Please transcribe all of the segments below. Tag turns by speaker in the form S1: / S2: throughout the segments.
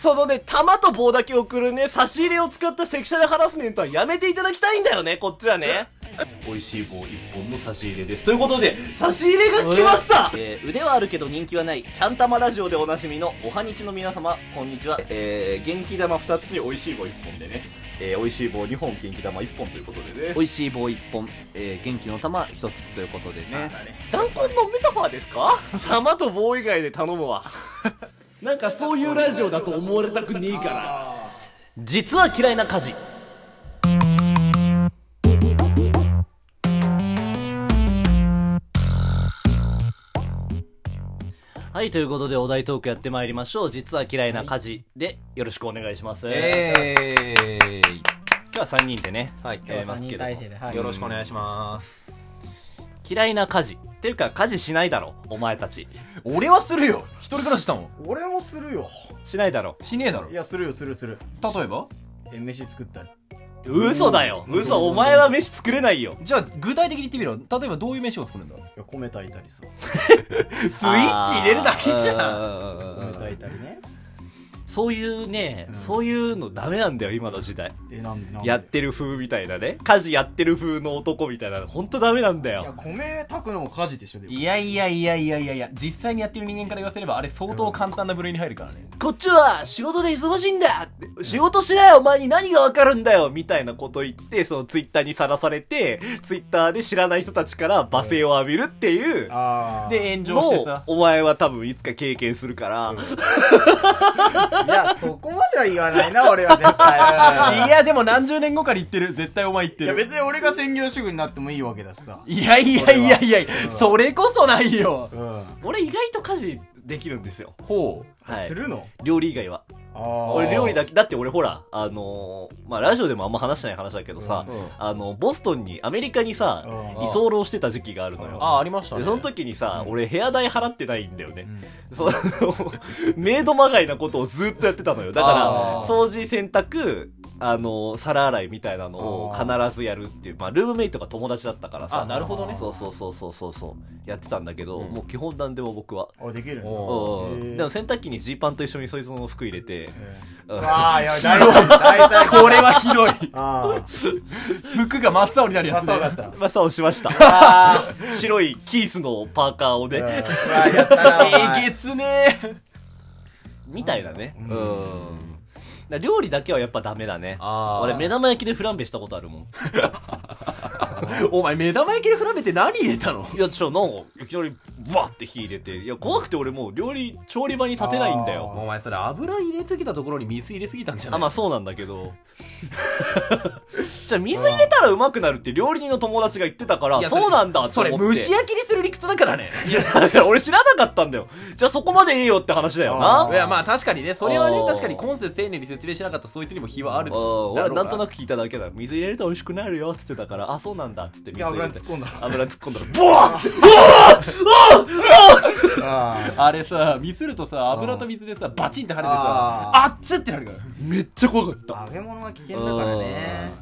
S1: そのね、玉と棒だけ送るね、差し入れを使ったセクシャルハラスメントはやめていただきたいんだよね、こっちはね。美味しい棒1本の差し入れです。ということで、差し入れが来ました、えー腕はあるけど人気はない、キャンタマラジオでおなじみのおはにちの皆様、こんにちは。えー、元気玉2つに美味しい棒1本でね、えー、美味しい棒2本、元気玉1本ということでね。
S2: 美味しい棒1本、えー元気の玉1つということでね。
S1: 弾痕のメタファーですか玉と棒以外で頼むわ。 なんかそういうラジオだと思われたくねえから。実は嫌いな家事。
S2: はい、ということでお題トークやってまいりましょう。実は嫌いな家事でよろしくお願いします。
S3: えーい
S2: 今日は3人でね、
S3: はい
S2: やりますけども
S4: 今日は三人体制ではい
S3: よろしくお願いします
S2: 嫌いな家事。っていうか、家事しないだろ、お前たち。
S3: 俺はするよ一人暮らしだもん
S4: 俺もするよ
S2: しないだろ。
S3: しねえだろ
S4: いやするよするする
S3: 例えば
S4: え飯作ったり
S2: 嘘だよ嘘、お前は飯作れないよ
S3: じゃあ具体的に言ってみろ例えばどういう飯を作るんだ
S4: いや米炊いたりさ
S3: スイッチ入れるだけじゃん
S4: 米
S2: ゃん
S4: 炊いたりね
S2: そういうね、そういうのダメなんだよ、今の時代。
S4: えなんでなんで
S2: やってる風みたいなね。家事やってる風の男みたいなの、ほんとダメなんだ
S4: いや
S2: よ。
S4: 米炊くのも家事でしょでも
S3: いやいやいやいやいやいや実際にやってる人間から言わせればあれ相当簡単な部類に入るからね
S2: こっちは仕事で忙しいんだって仕事しないお前に何がわかるんだよみたいなこと言って、そのツイッターにさらされて、ツイッターで知らない人たちから罵声を浴びるっていう。
S4: ああ
S3: で炎
S2: の
S3: 上して
S2: を
S3: さ
S2: お前は多分いつか経験するから、
S4: いやそこまでは言わないな俺は絶対
S3: いやでも何十年後から言ってる絶対お前言って
S4: いや
S3: る
S4: 別に俺が専業主婦になってもいいわけだしさ
S3: いやいやいやいやいやそれこそないよ
S4: うん
S2: 俺意外と家事できるんですよ。
S3: ほう
S2: はい
S4: す。るの
S2: 料理以外は。
S4: ああ
S2: 俺料理だけ、だって俺ほら、あのーまあ、ラジオでもあんま話してない話だけどさ、
S4: うん
S2: あの、ボストンに、アメリカにさ
S4: う、ん
S2: 居候してた時期があるのよ。
S3: ああありました
S2: で、
S3: ね
S2: その時にさ、俺部屋代払ってないんだよね。
S4: ん
S2: そう、あの メイドまがいなことをずっとやってたのよ。だから
S3: あ、ー
S2: 掃除、洗濯、あの、皿洗いみたいなのを
S4: あ
S2: 必
S4: ー
S2: ずやるっていう、まあ、ルームメイトが友達だったからさ。
S3: あなるほどね
S2: そうそうそうそうそうそう。やってたんだけど、
S3: うん
S2: もう基本なんでも僕は。
S4: あできるんだ
S3: お
S2: うん
S4: へえ
S2: でも洗濯機にジーパンと一緒にそいつの服入れて、
S4: ええ
S2: うん
S4: わあいや大体大体
S3: これはひどい
S4: あ
S3: 服が真っ青になる
S4: あ
S3: や
S4: ま
S3: つ
S4: さ
S3: ね
S4: かった
S2: まあ、そうしました。
S4: あ
S2: 白いキースのパーカーを
S4: あうんうわ
S2: ね、
S4: やったなお前
S3: えげつねえ
S2: みたいなね。う。
S4: うんん
S2: だから料理だけはやっぱダメだね。
S3: あ
S2: 俺、目玉焼きでフランベしたことあるもん。
S3: お前目玉焼きで比べて何入れたの
S2: いや、ちょ、なんか、いきなり、バって火入れて。いや、怖くて俺もう料理、調理場に立てないんだよ。
S3: お前それ油入れすぎたところに水入れすぎたんじゃ
S2: あ、
S3: ない
S2: まあそうなんだけど。 じゃあ、水入れたらうまくなるって料理人の友達が言ってたから、
S3: いやそれ
S2: そうなんだと
S3: そ
S2: 思
S3: れ
S2: って。
S3: 蒸し焼きにする理屈だからね
S2: いや、 だから俺知らなかったんだよ。じゃあそこまでいいよって話だよ
S4: あ。
S2: な
S3: いうやまあ確かにねそれはね
S2: あー
S3: 確かに今節丁寧に説明しなかったそいつにも非はある
S2: うん俺なんとな
S3: く
S2: く聞いただけだ水入れると美味しくなるよっつってたからあそうなんだっつって水
S4: いや
S2: 入
S4: 油
S2: れ
S4: に
S2: て
S4: 突っ込んだ
S2: 油に突っ込んだらボワッ
S4: あ
S3: あれさミスるとさ油と水でさバチンって跳ねてさ
S4: あ
S3: あっつってなるから
S2: めっちゃ怖かった
S4: あ揚げ物は危険だからね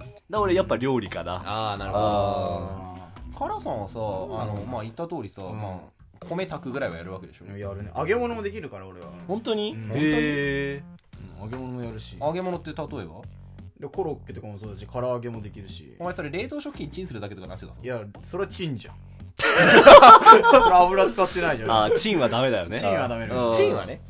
S2: だから俺やっぱ料理かな
S3: ああなる
S2: ほど
S4: あ
S3: カラさんはさあのまあ言った通りさ
S4: ん
S3: まあ米炊くぐらいはやるわけでしょ
S4: あやるね揚げ物もできるから俺は
S2: 本当に
S4: うん
S2: へえ
S4: 揚げ物もやるし
S3: 揚げ物って例えば
S4: でコロッケとかもそうだし唐揚げもできるし
S3: お前それ冷凍食品チンするだけとかなしだぞ
S4: いやそれはチン じゃんそれ油使ってないじゃん
S2: あチンはダメだよね
S4: チンはダメだ
S2: うん
S3: チンはね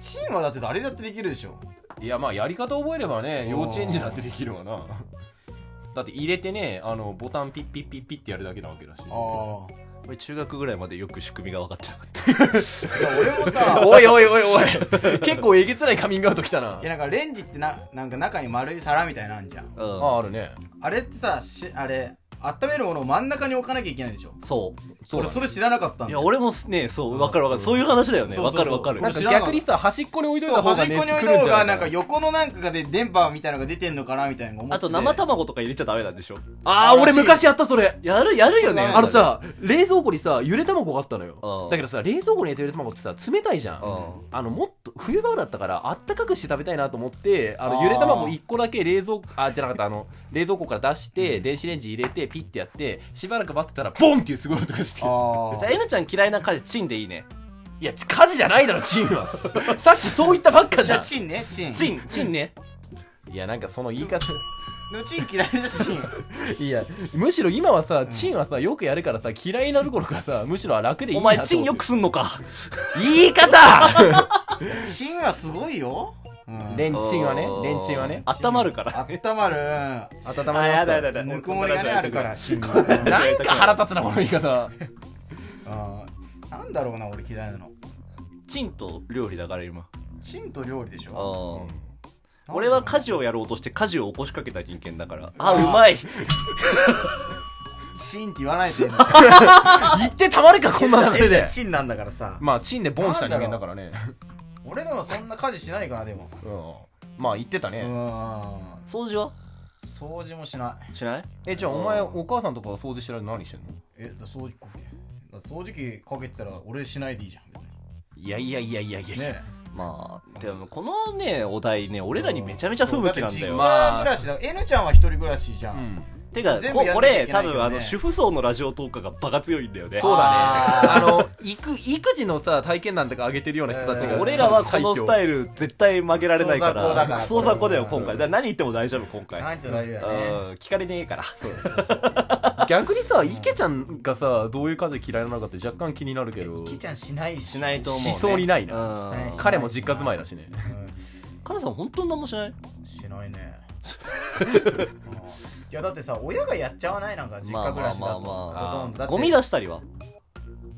S4: チンはだって誰だってできるでしょ
S3: いやまあやり方覚えればね
S4: おー
S3: 幼稚園児だってできるわなだって入れてねあのボタンピッピッピッピッってやるだけなわけだし
S4: あ
S2: 俺中学ぐらいまでよく仕組みが分かってなかった
S4: あいや俺もさ
S3: おいおいおいお い結構えげつないカミングアウトきたない
S4: やなんかレンジってななんか中に丸い皿みたいなのあんじゃん
S2: うん
S3: ああるね
S4: あれってさしあれ温めるものを真ん中に置かなきゃいけないでしょ
S2: そう
S3: そう
S4: 俺
S3: だね
S4: それ知らなかったん
S2: い
S4: だ
S2: や
S4: よ
S2: 俺もねそう分かる分かるそういう話だよね
S4: そ
S2: 分
S4: うそ
S2: か
S4: う
S2: る
S4: そう
S2: 分かる
S3: なんか逆にさ端っこに置いとい
S4: そう
S3: た方
S4: 端
S3: が
S4: っ
S3: ね
S4: こに置い
S3: 作
S4: た
S3: るん
S4: 方
S3: じゃ
S4: が
S3: な
S4: ないん
S3: か
S4: か横のなんかで電波みたいなのが出てんのかなみたいなのが思って
S2: あと生卵とか入れちゃダメなんでしょ
S3: ああ俺昔やったそれ
S2: やるやるよね
S4: そうだね
S3: あのさ冷蔵庫にさゆで卵があったの
S2: う
S3: よ
S2: ん
S3: だけどさ冷蔵庫に入れたゆで卵ってさ冷たいじゃん
S2: うん
S3: あのもっと冬場だったからあったかくして食べたいなと思ってあ
S4: あ
S3: の
S4: ー
S3: ゆで卵1個だけ冷蔵あじゃなかったあの冷蔵庫から出して電子レンジ入れてピッてやってしばらく待ってたらボンっていうすごい音がして
S4: あ
S2: じゃあ N ちゃん嫌いな家事チンでいいね
S3: いや火事じゃないだろチンはさっきそう言ったばっかじ
S4: じゃ
S3: ゃ
S4: あ、チンね、チン。
S2: チン、チンね。
S3: んいやなんかその言い方
S4: でもチン嫌いだし、チン。
S3: いやむしろ今はさチンはさよくやるからさ嫌いになる頃からさむしろ楽で いい
S2: お
S3: なと思
S2: 前、チンよくすんのか。
S3: 言い 方
S4: チンはすごいよ。うん
S3: レンチンはね
S2: おー
S3: レンチンはね
S2: 温まるから。
S4: 温ま
S3: 温ま
S4: る。
S3: ります
S2: あ、やだやだ
S3: だ
S2: やだ。
S4: ぬくもりがね、あるから。チンは
S3: なんか腹立つなこの言い方
S4: うんなんだろうな、俺嫌いなの。
S2: チンと料理だから今。
S4: チンと料理でし
S2: あ
S4: ょ
S2: ー俺は家事をやろうとして家事を起こしかけた人間だから。あ、
S4: うわ
S2: うまい。
S4: チンって言わないで。
S3: 言ってたまるかこんな 流れで
S4: チンなんだからさ。
S3: まあチンでボンした人間だからね
S4: 俺でもそんな家事しないから、でも。
S3: うんまあ言ってた
S4: う
S3: ね、
S4: ん。
S2: 掃除は
S4: 掃除もしない
S2: しない
S3: えじゃあお前お母さんとかは掃除してる間何してんの
S4: えだ掃除機かけだ掃除機かけてたら俺しないでいいじゃん別
S3: いやいやいやいやい
S4: にね
S2: まあ、でもこのね、お題ね、俺らにめちゃめちゃ不向きなんだ
S4: そう
S2: よ。
S3: ま
S4: だって実家暮らしだ、N ちゃんは一人暮らしじゃ、
S3: うんん
S2: てか、
S4: 全部
S2: こ
S4: やんなきゃ
S2: これ
S4: いけな
S2: 多
S4: いけどね
S2: 分あの、主婦層のラジオトーカーがバカ強いんだよね。
S3: そうだね
S4: あ
S3: あの育育児のさ体験談とかあげてるような人たち
S4: え
S3: が
S4: ー
S2: 俺らはこのスタ
S3: イ
S2: イル絶対曲げられないか
S4: クソ雑魚だからら
S2: クソ雑魚だよ
S4: これ
S2: 今回だから何言っても大丈夫今回
S4: なんて大丈夫だね
S2: うん聞かれねえから
S3: 逆にさ池ちゃんがさどういう家事嫌いなのかって若干気になるけど
S4: いきちゃんしないし
S2: しないと思うね
S3: しそうにない
S2: な
S4: し
S3: 彼も実家住まいだしね
S2: カナさん本当に何もしない
S4: うんしな いねうんいやだってさ親がやっちゃわないなんか実家暮らしだ
S2: まあまあまあ
S4: と、
S2: まあ
S4: ほとんどだって
S2: ゴミ出したりは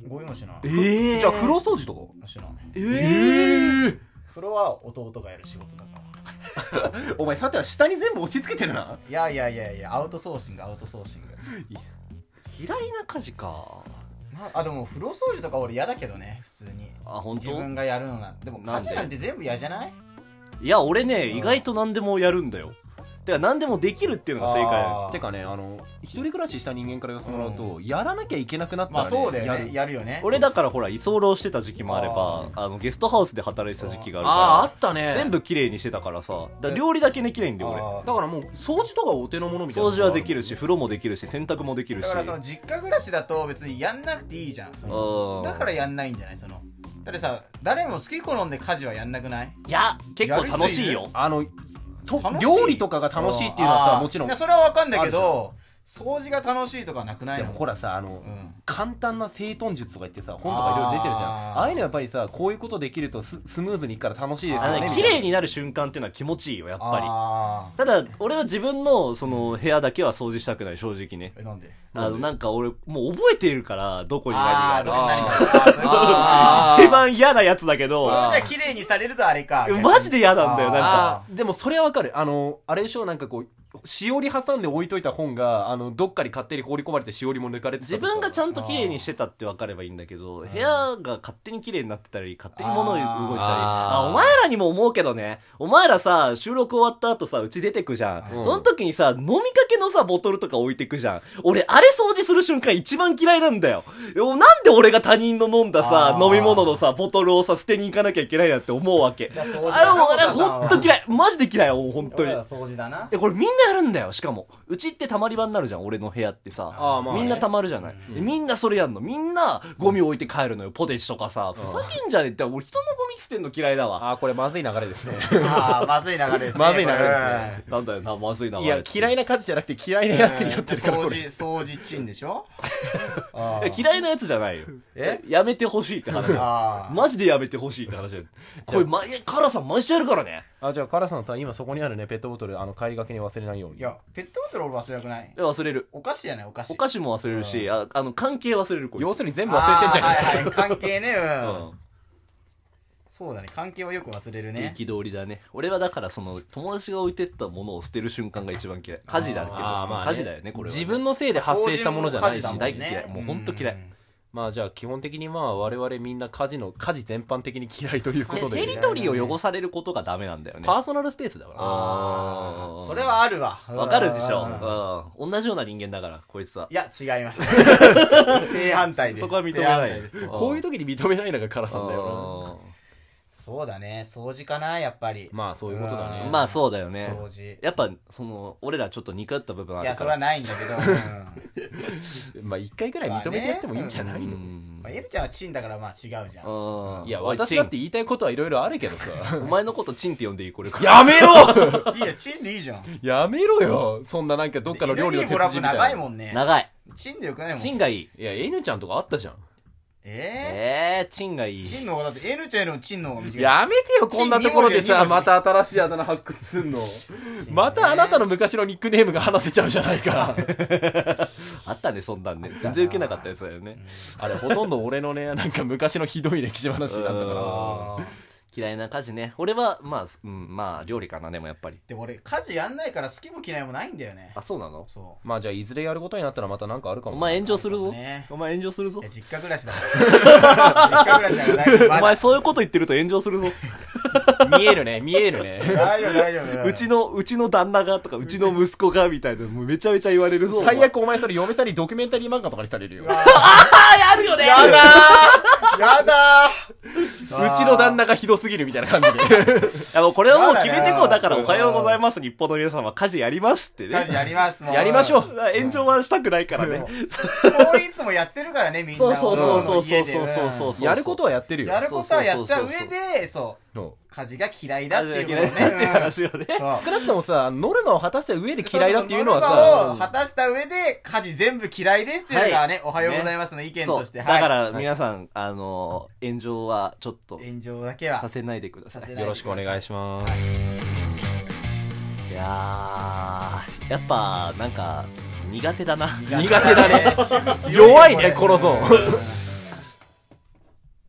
S4: ゴミもしない
S3: ええじゃあ風呂掃除とか
S4: しない
S2: え
S3: え
S4: 風呂は弟がやる仕事だから
S3: お前さては下に全部押し付けてるない
S4: やいやいやいやアウトソーシングアウトソーシング
S2: 嫌いな家事か
S4: まああでも風呂掃除とか俺嫌だけどね普通に
S2: あ本
S4: 自
S2: 当
S4: 分がやるのがでも
S2: な
S4: 家
S2: んで
S4: 事なんて全部嫌じゃない
S2: いや俺ね
S4: うん
S2: 意外と何でもやるんだよてか何でもできるっていうのが正解
S4: あー
S3: てかねあの一人暮らしした人間から言わせてもらうと、やらなきゃいけなくなった
S4: ま
S3: ら、
S4: あ
S3: ね、
S4: そうだよ
S3: やる
S4: ねやるよね
S2: 俺だからほら居候してた時期もあればあのゲストハウスで働いてた時期がある
S3: あああ
S2: か
S3: ったね
S2: ら全部綺麗にしてたからさだから料理だけね綺麗にで俺
S4: あー
S3: だからもう掃除とかはお手の物みたいな
S2: 掃除はでき
S3: る
S2: るし風呂もできるし洗濯もできるし
S4: だからその実家暮らしだと別にやんなくていいじゃんその
S2: うん
S4: だからやんないんじゃないそのだってさ誰も好き好んで家事はやんなくない
S2: いや結構楽しいよ
S3: あのと
S4: 楽しい
S3: 料理とかが楽しいっていうのは
S4: あ
S3: さ
S4: ー
S3: もちろん
S4: い
S3: で
S4: やそれはわかんだけど掃除が楽しいとかなくないの
S3: もほらさあの、
S4: うん
S3: 簡単な整頓術とか言ってさ本とかいろいろ出てるじゃん
S4: あ
S3: あ
S4: ー
S3: あいうのやっぱりさこういうことできるとススムーズにいくから楽しいです
S2: あ
S3: よ
S2: の
S3: ね
S2: ね
S3: み
S2: 綺
S3: たいな
S2: 麗になる瞬間っていうのは気持ちいいよやっぱ
S4: あ
S2: りただ俺は自分のその部屋だけは掃除したくない正直ね
S4: ーえなんで
S2: あのなんか俺もう覚えているからどこに何
S4: ど
S2: が
S4: こに
S2: あ
S4: 何
S2: る
S4: があるあ
S2: か一番嫌なやつだけど
S4: ーそれじゃ綺麗にされるとあれか
S2: マジで嫌なんだよなんか
S3: あーでもそれはわかるあのあれでしょなんかこうしおり挟んで置いといた本があのどっかに勝手に放り込まれてしおりも抜かれてた
S2: 自
S3: とか
S2: 分がちゃんと綺麗にしてたって分かればいいんだけど部屋が勝手に綺麗になってたり勝手に物動いてたり
S4: あ
S3: ー
S2: あお前らにも思うけどねお前らさ収録終わった後さうち出てくじゃん、
S3: うん
S2: その時にさ飲みかけのさボトルとか置いてくじゃん俺あれ掃除する瞬間一番嫌いなんだよよなんで俺が他人の飲んださ
S4: あー
S2: 飲み物のさボトルをさ捨てに行かなきゃいけないなって思うわけ
S4: じゃあ掃除
S2: あれもう俺ほんと嫌いマジで嫌いもう本当に
S4: 俺は掃除だな
S2: え、これみんなやるんだよ、しかも。うちって溜まり場になるじゃん、俺の部屋ってさ。
S3: あーまあね
S2: みんな溜まるじゃない、でみんなそれやんの。みんなゴミ置いて帰るのよ、ポテチとかさ。ふざけんじゃねえって、俺人のゴミ捨てんの嫌いだわ。
S3: ああこれまずい流れですね
S4: ああまずい流れですね
S3: まずい流れですね
S4: こ
S2: なんだよな、まずいな。
S3: い や嫌いな家事じゃなくて嫌いな
S4: れ
S3: やつになってるからこ
S4: 掃
S3: れ
S4: 除掃除チンでしょあ
S2: いや
S4: ー
S2: 嫌いなやつじゃないよ。
S4: え
S2: やめてほしいって 話だよ。
S4: あ
S2: マジでやめてほしいって話だよ。これ、ま、いやカラさん毎週やるからね。
S3: あじゃあカラさんさ今そこにあるねペットボトルあの帰りがけに忘れないよう
S4: ー
S3: に
S4: いやペットボトル俺忘れなくない
S2: いや忘れる。
S4: お菓子じゃないお菓子
S2: お菓子も忘れるし、ああの、関係忘れる、こいつ。
S3: 要するに全部忘れてんじゃね
S4: あ
S3: えか
S4: ーはいはい関係ねう
S2: うんん。
S4: そうだね関係はよく忘れるね
S2: 憤りだね俺はだからその友達が置いてったものを捨てる瞬間が一番嫌い家事だけど、
S3: あーまあね
S2: 家事だよねこれはね
S3: 自分のせいで発生したものじゃないし
S4: 掃除も
S2: 大
S4: 家事だもんね
S2: 嫌いもうほんと嫌い
S4: うん
S3: まあじゃあ基本的にまあ我々みんな家事の家事全般的に嫌いということ
S2: テ
S3: で
S2: リトリーを汚されることがダメなんだよね
S3: パーソナルスペースだから
S4: あ
S2: あー
S4: あそれはあるわ
S2: わかるでし
S4: うん
S2: ょ、うん、同じような人間だからこいつはい
S4: や違います正反対です
S2: そこは認めない
S4: 正反対です
S2: あー
S3: こういう時に認めないのがカラさんだよ
S2: うん
S4: そうだね掃除かなやっぱり
S3: まあそういうことだね
S4: うん
S2: まあそうだよね。
S4: 掃除
S2: やっぱ、その、俺らちょっと似通った部分あ
S4: い
S2: る
S4: や
S2: か
S4: それは
S2: ら。
S4: ないんだ けど、うん
S3: まあ一回ぐらい認めてやってもいいんじゃないの、
S2: うん
S4: まあ、エルちゃんはチンだからまあ違うじゃん
S2: うん
S3: いや
S2: お
S3: 私
S2: チン
S3: だって言いたいことはいろいろあるけどさ
S2: お前のことチンって呼んでいいこれから。
S3: やめろ
S4: いいやチンでいいじゃん
S3: やめろよそんななんかどっかの料理の鉄
S4: コラボ
S3: 人みたいな
S4: 長いもんね
S2: 長い。
S4: チンでよくないもん
S2: チンがいい。
S3: いや N ちゃんとかあったじゃん
S4: え
S2: えー、チンがい
S4: ー、
S2: い。
S4: チンの方がだって N ちゃんよりもチンの方が短い
S3: やめてよこんなところで
S4: チン
S3: さ
S4: 二文字二文字
S3: また新しいあだ名発掘すんのまたあなたの昔のニックネームが話せちゃうじゃないか
S2: あったね、そんなんね。全然受けなかったやつだよね。
S3: あれほとんど俺のねなんか昔のひどい歴史話になった
S2: う
S3: か
S2: ん
S3: ら
S4: あー
S2: 嫌いな家事ね。俺は、まあ、うん、まあ、料理かな、でもやっぱり。
S4: でも俺家事やんないから好きも嫌いもないんだよね
S2: あ、そうなの
S4: そう
S3: まあじゃあいずれやることになったらまたなんかあるか
S2: お
S3: も
S2: 前炎上するぞ
S4: ね。
S2: お前炎上するぞ
S4: いや。実家暮らしだか ら実家暮らしだから大丈夫
S2: お前そういうこと言ってると炎上するぞ。
S3: 見えるね見えるね
S4: 大丈夫大丈夫
S2: うちの、うちの旦那がとか、うちの息子がみたいな、もうめちゃめちゃ言われるぞ。
S3: 最悪お前 それ嫁たりドキュメンタリー漫画とかにされるよう
S2: あるよね
S4: やだーやだー
S3: ちの旦那がひどすぎるみたいな感じ で
S2: あの、これはもう決めてこ
S4: やだ
S2: う。
S4: ね
S2: だから、おはようございます、日本の皆様、家事やりますって
S4: 家
S2: ね
S4: 事。やりますもん
S3: やりましょう
S2: 炎上はしたくないからね。
S4: もういつもやってるからねみんな
S2: そうそうそうそうそうそうそうそううんそう。
S3: やることはやってるよ
S4: やることはやった上でそう
S3: そう
S4: 家事が嫌いだ
S2: だ
S4: っ
S2: ってて
S4: い
S2: いうう
S4: こ
S2: こととね。っていう
S4: ね
S2: 話よね。
S4: うん
S3: 少なくともさノルマを果たした上で 嫌いだっていうのは
S4: そうそうノルマを
S3: さ
S4: 果たした上で家事全部嫌いですっていうのがね、おはようございますの意見
S2: そ
S4: と
S2: う。
S4: して、
S2: だ
S4: はい
S2: から、皆さん、あの、炎上はちょっと
S4: 炎上だけは
S2: させないでくださ
S4: さ
S2: い
S4: せ。ない
S3: よろしくお願いします
S2: いやー、やっぱ、なんか、苦手だな。
S4: 苦手
S3: 苦手だね
S4: ね
S3: 弱いねこのゾーン
S4: うん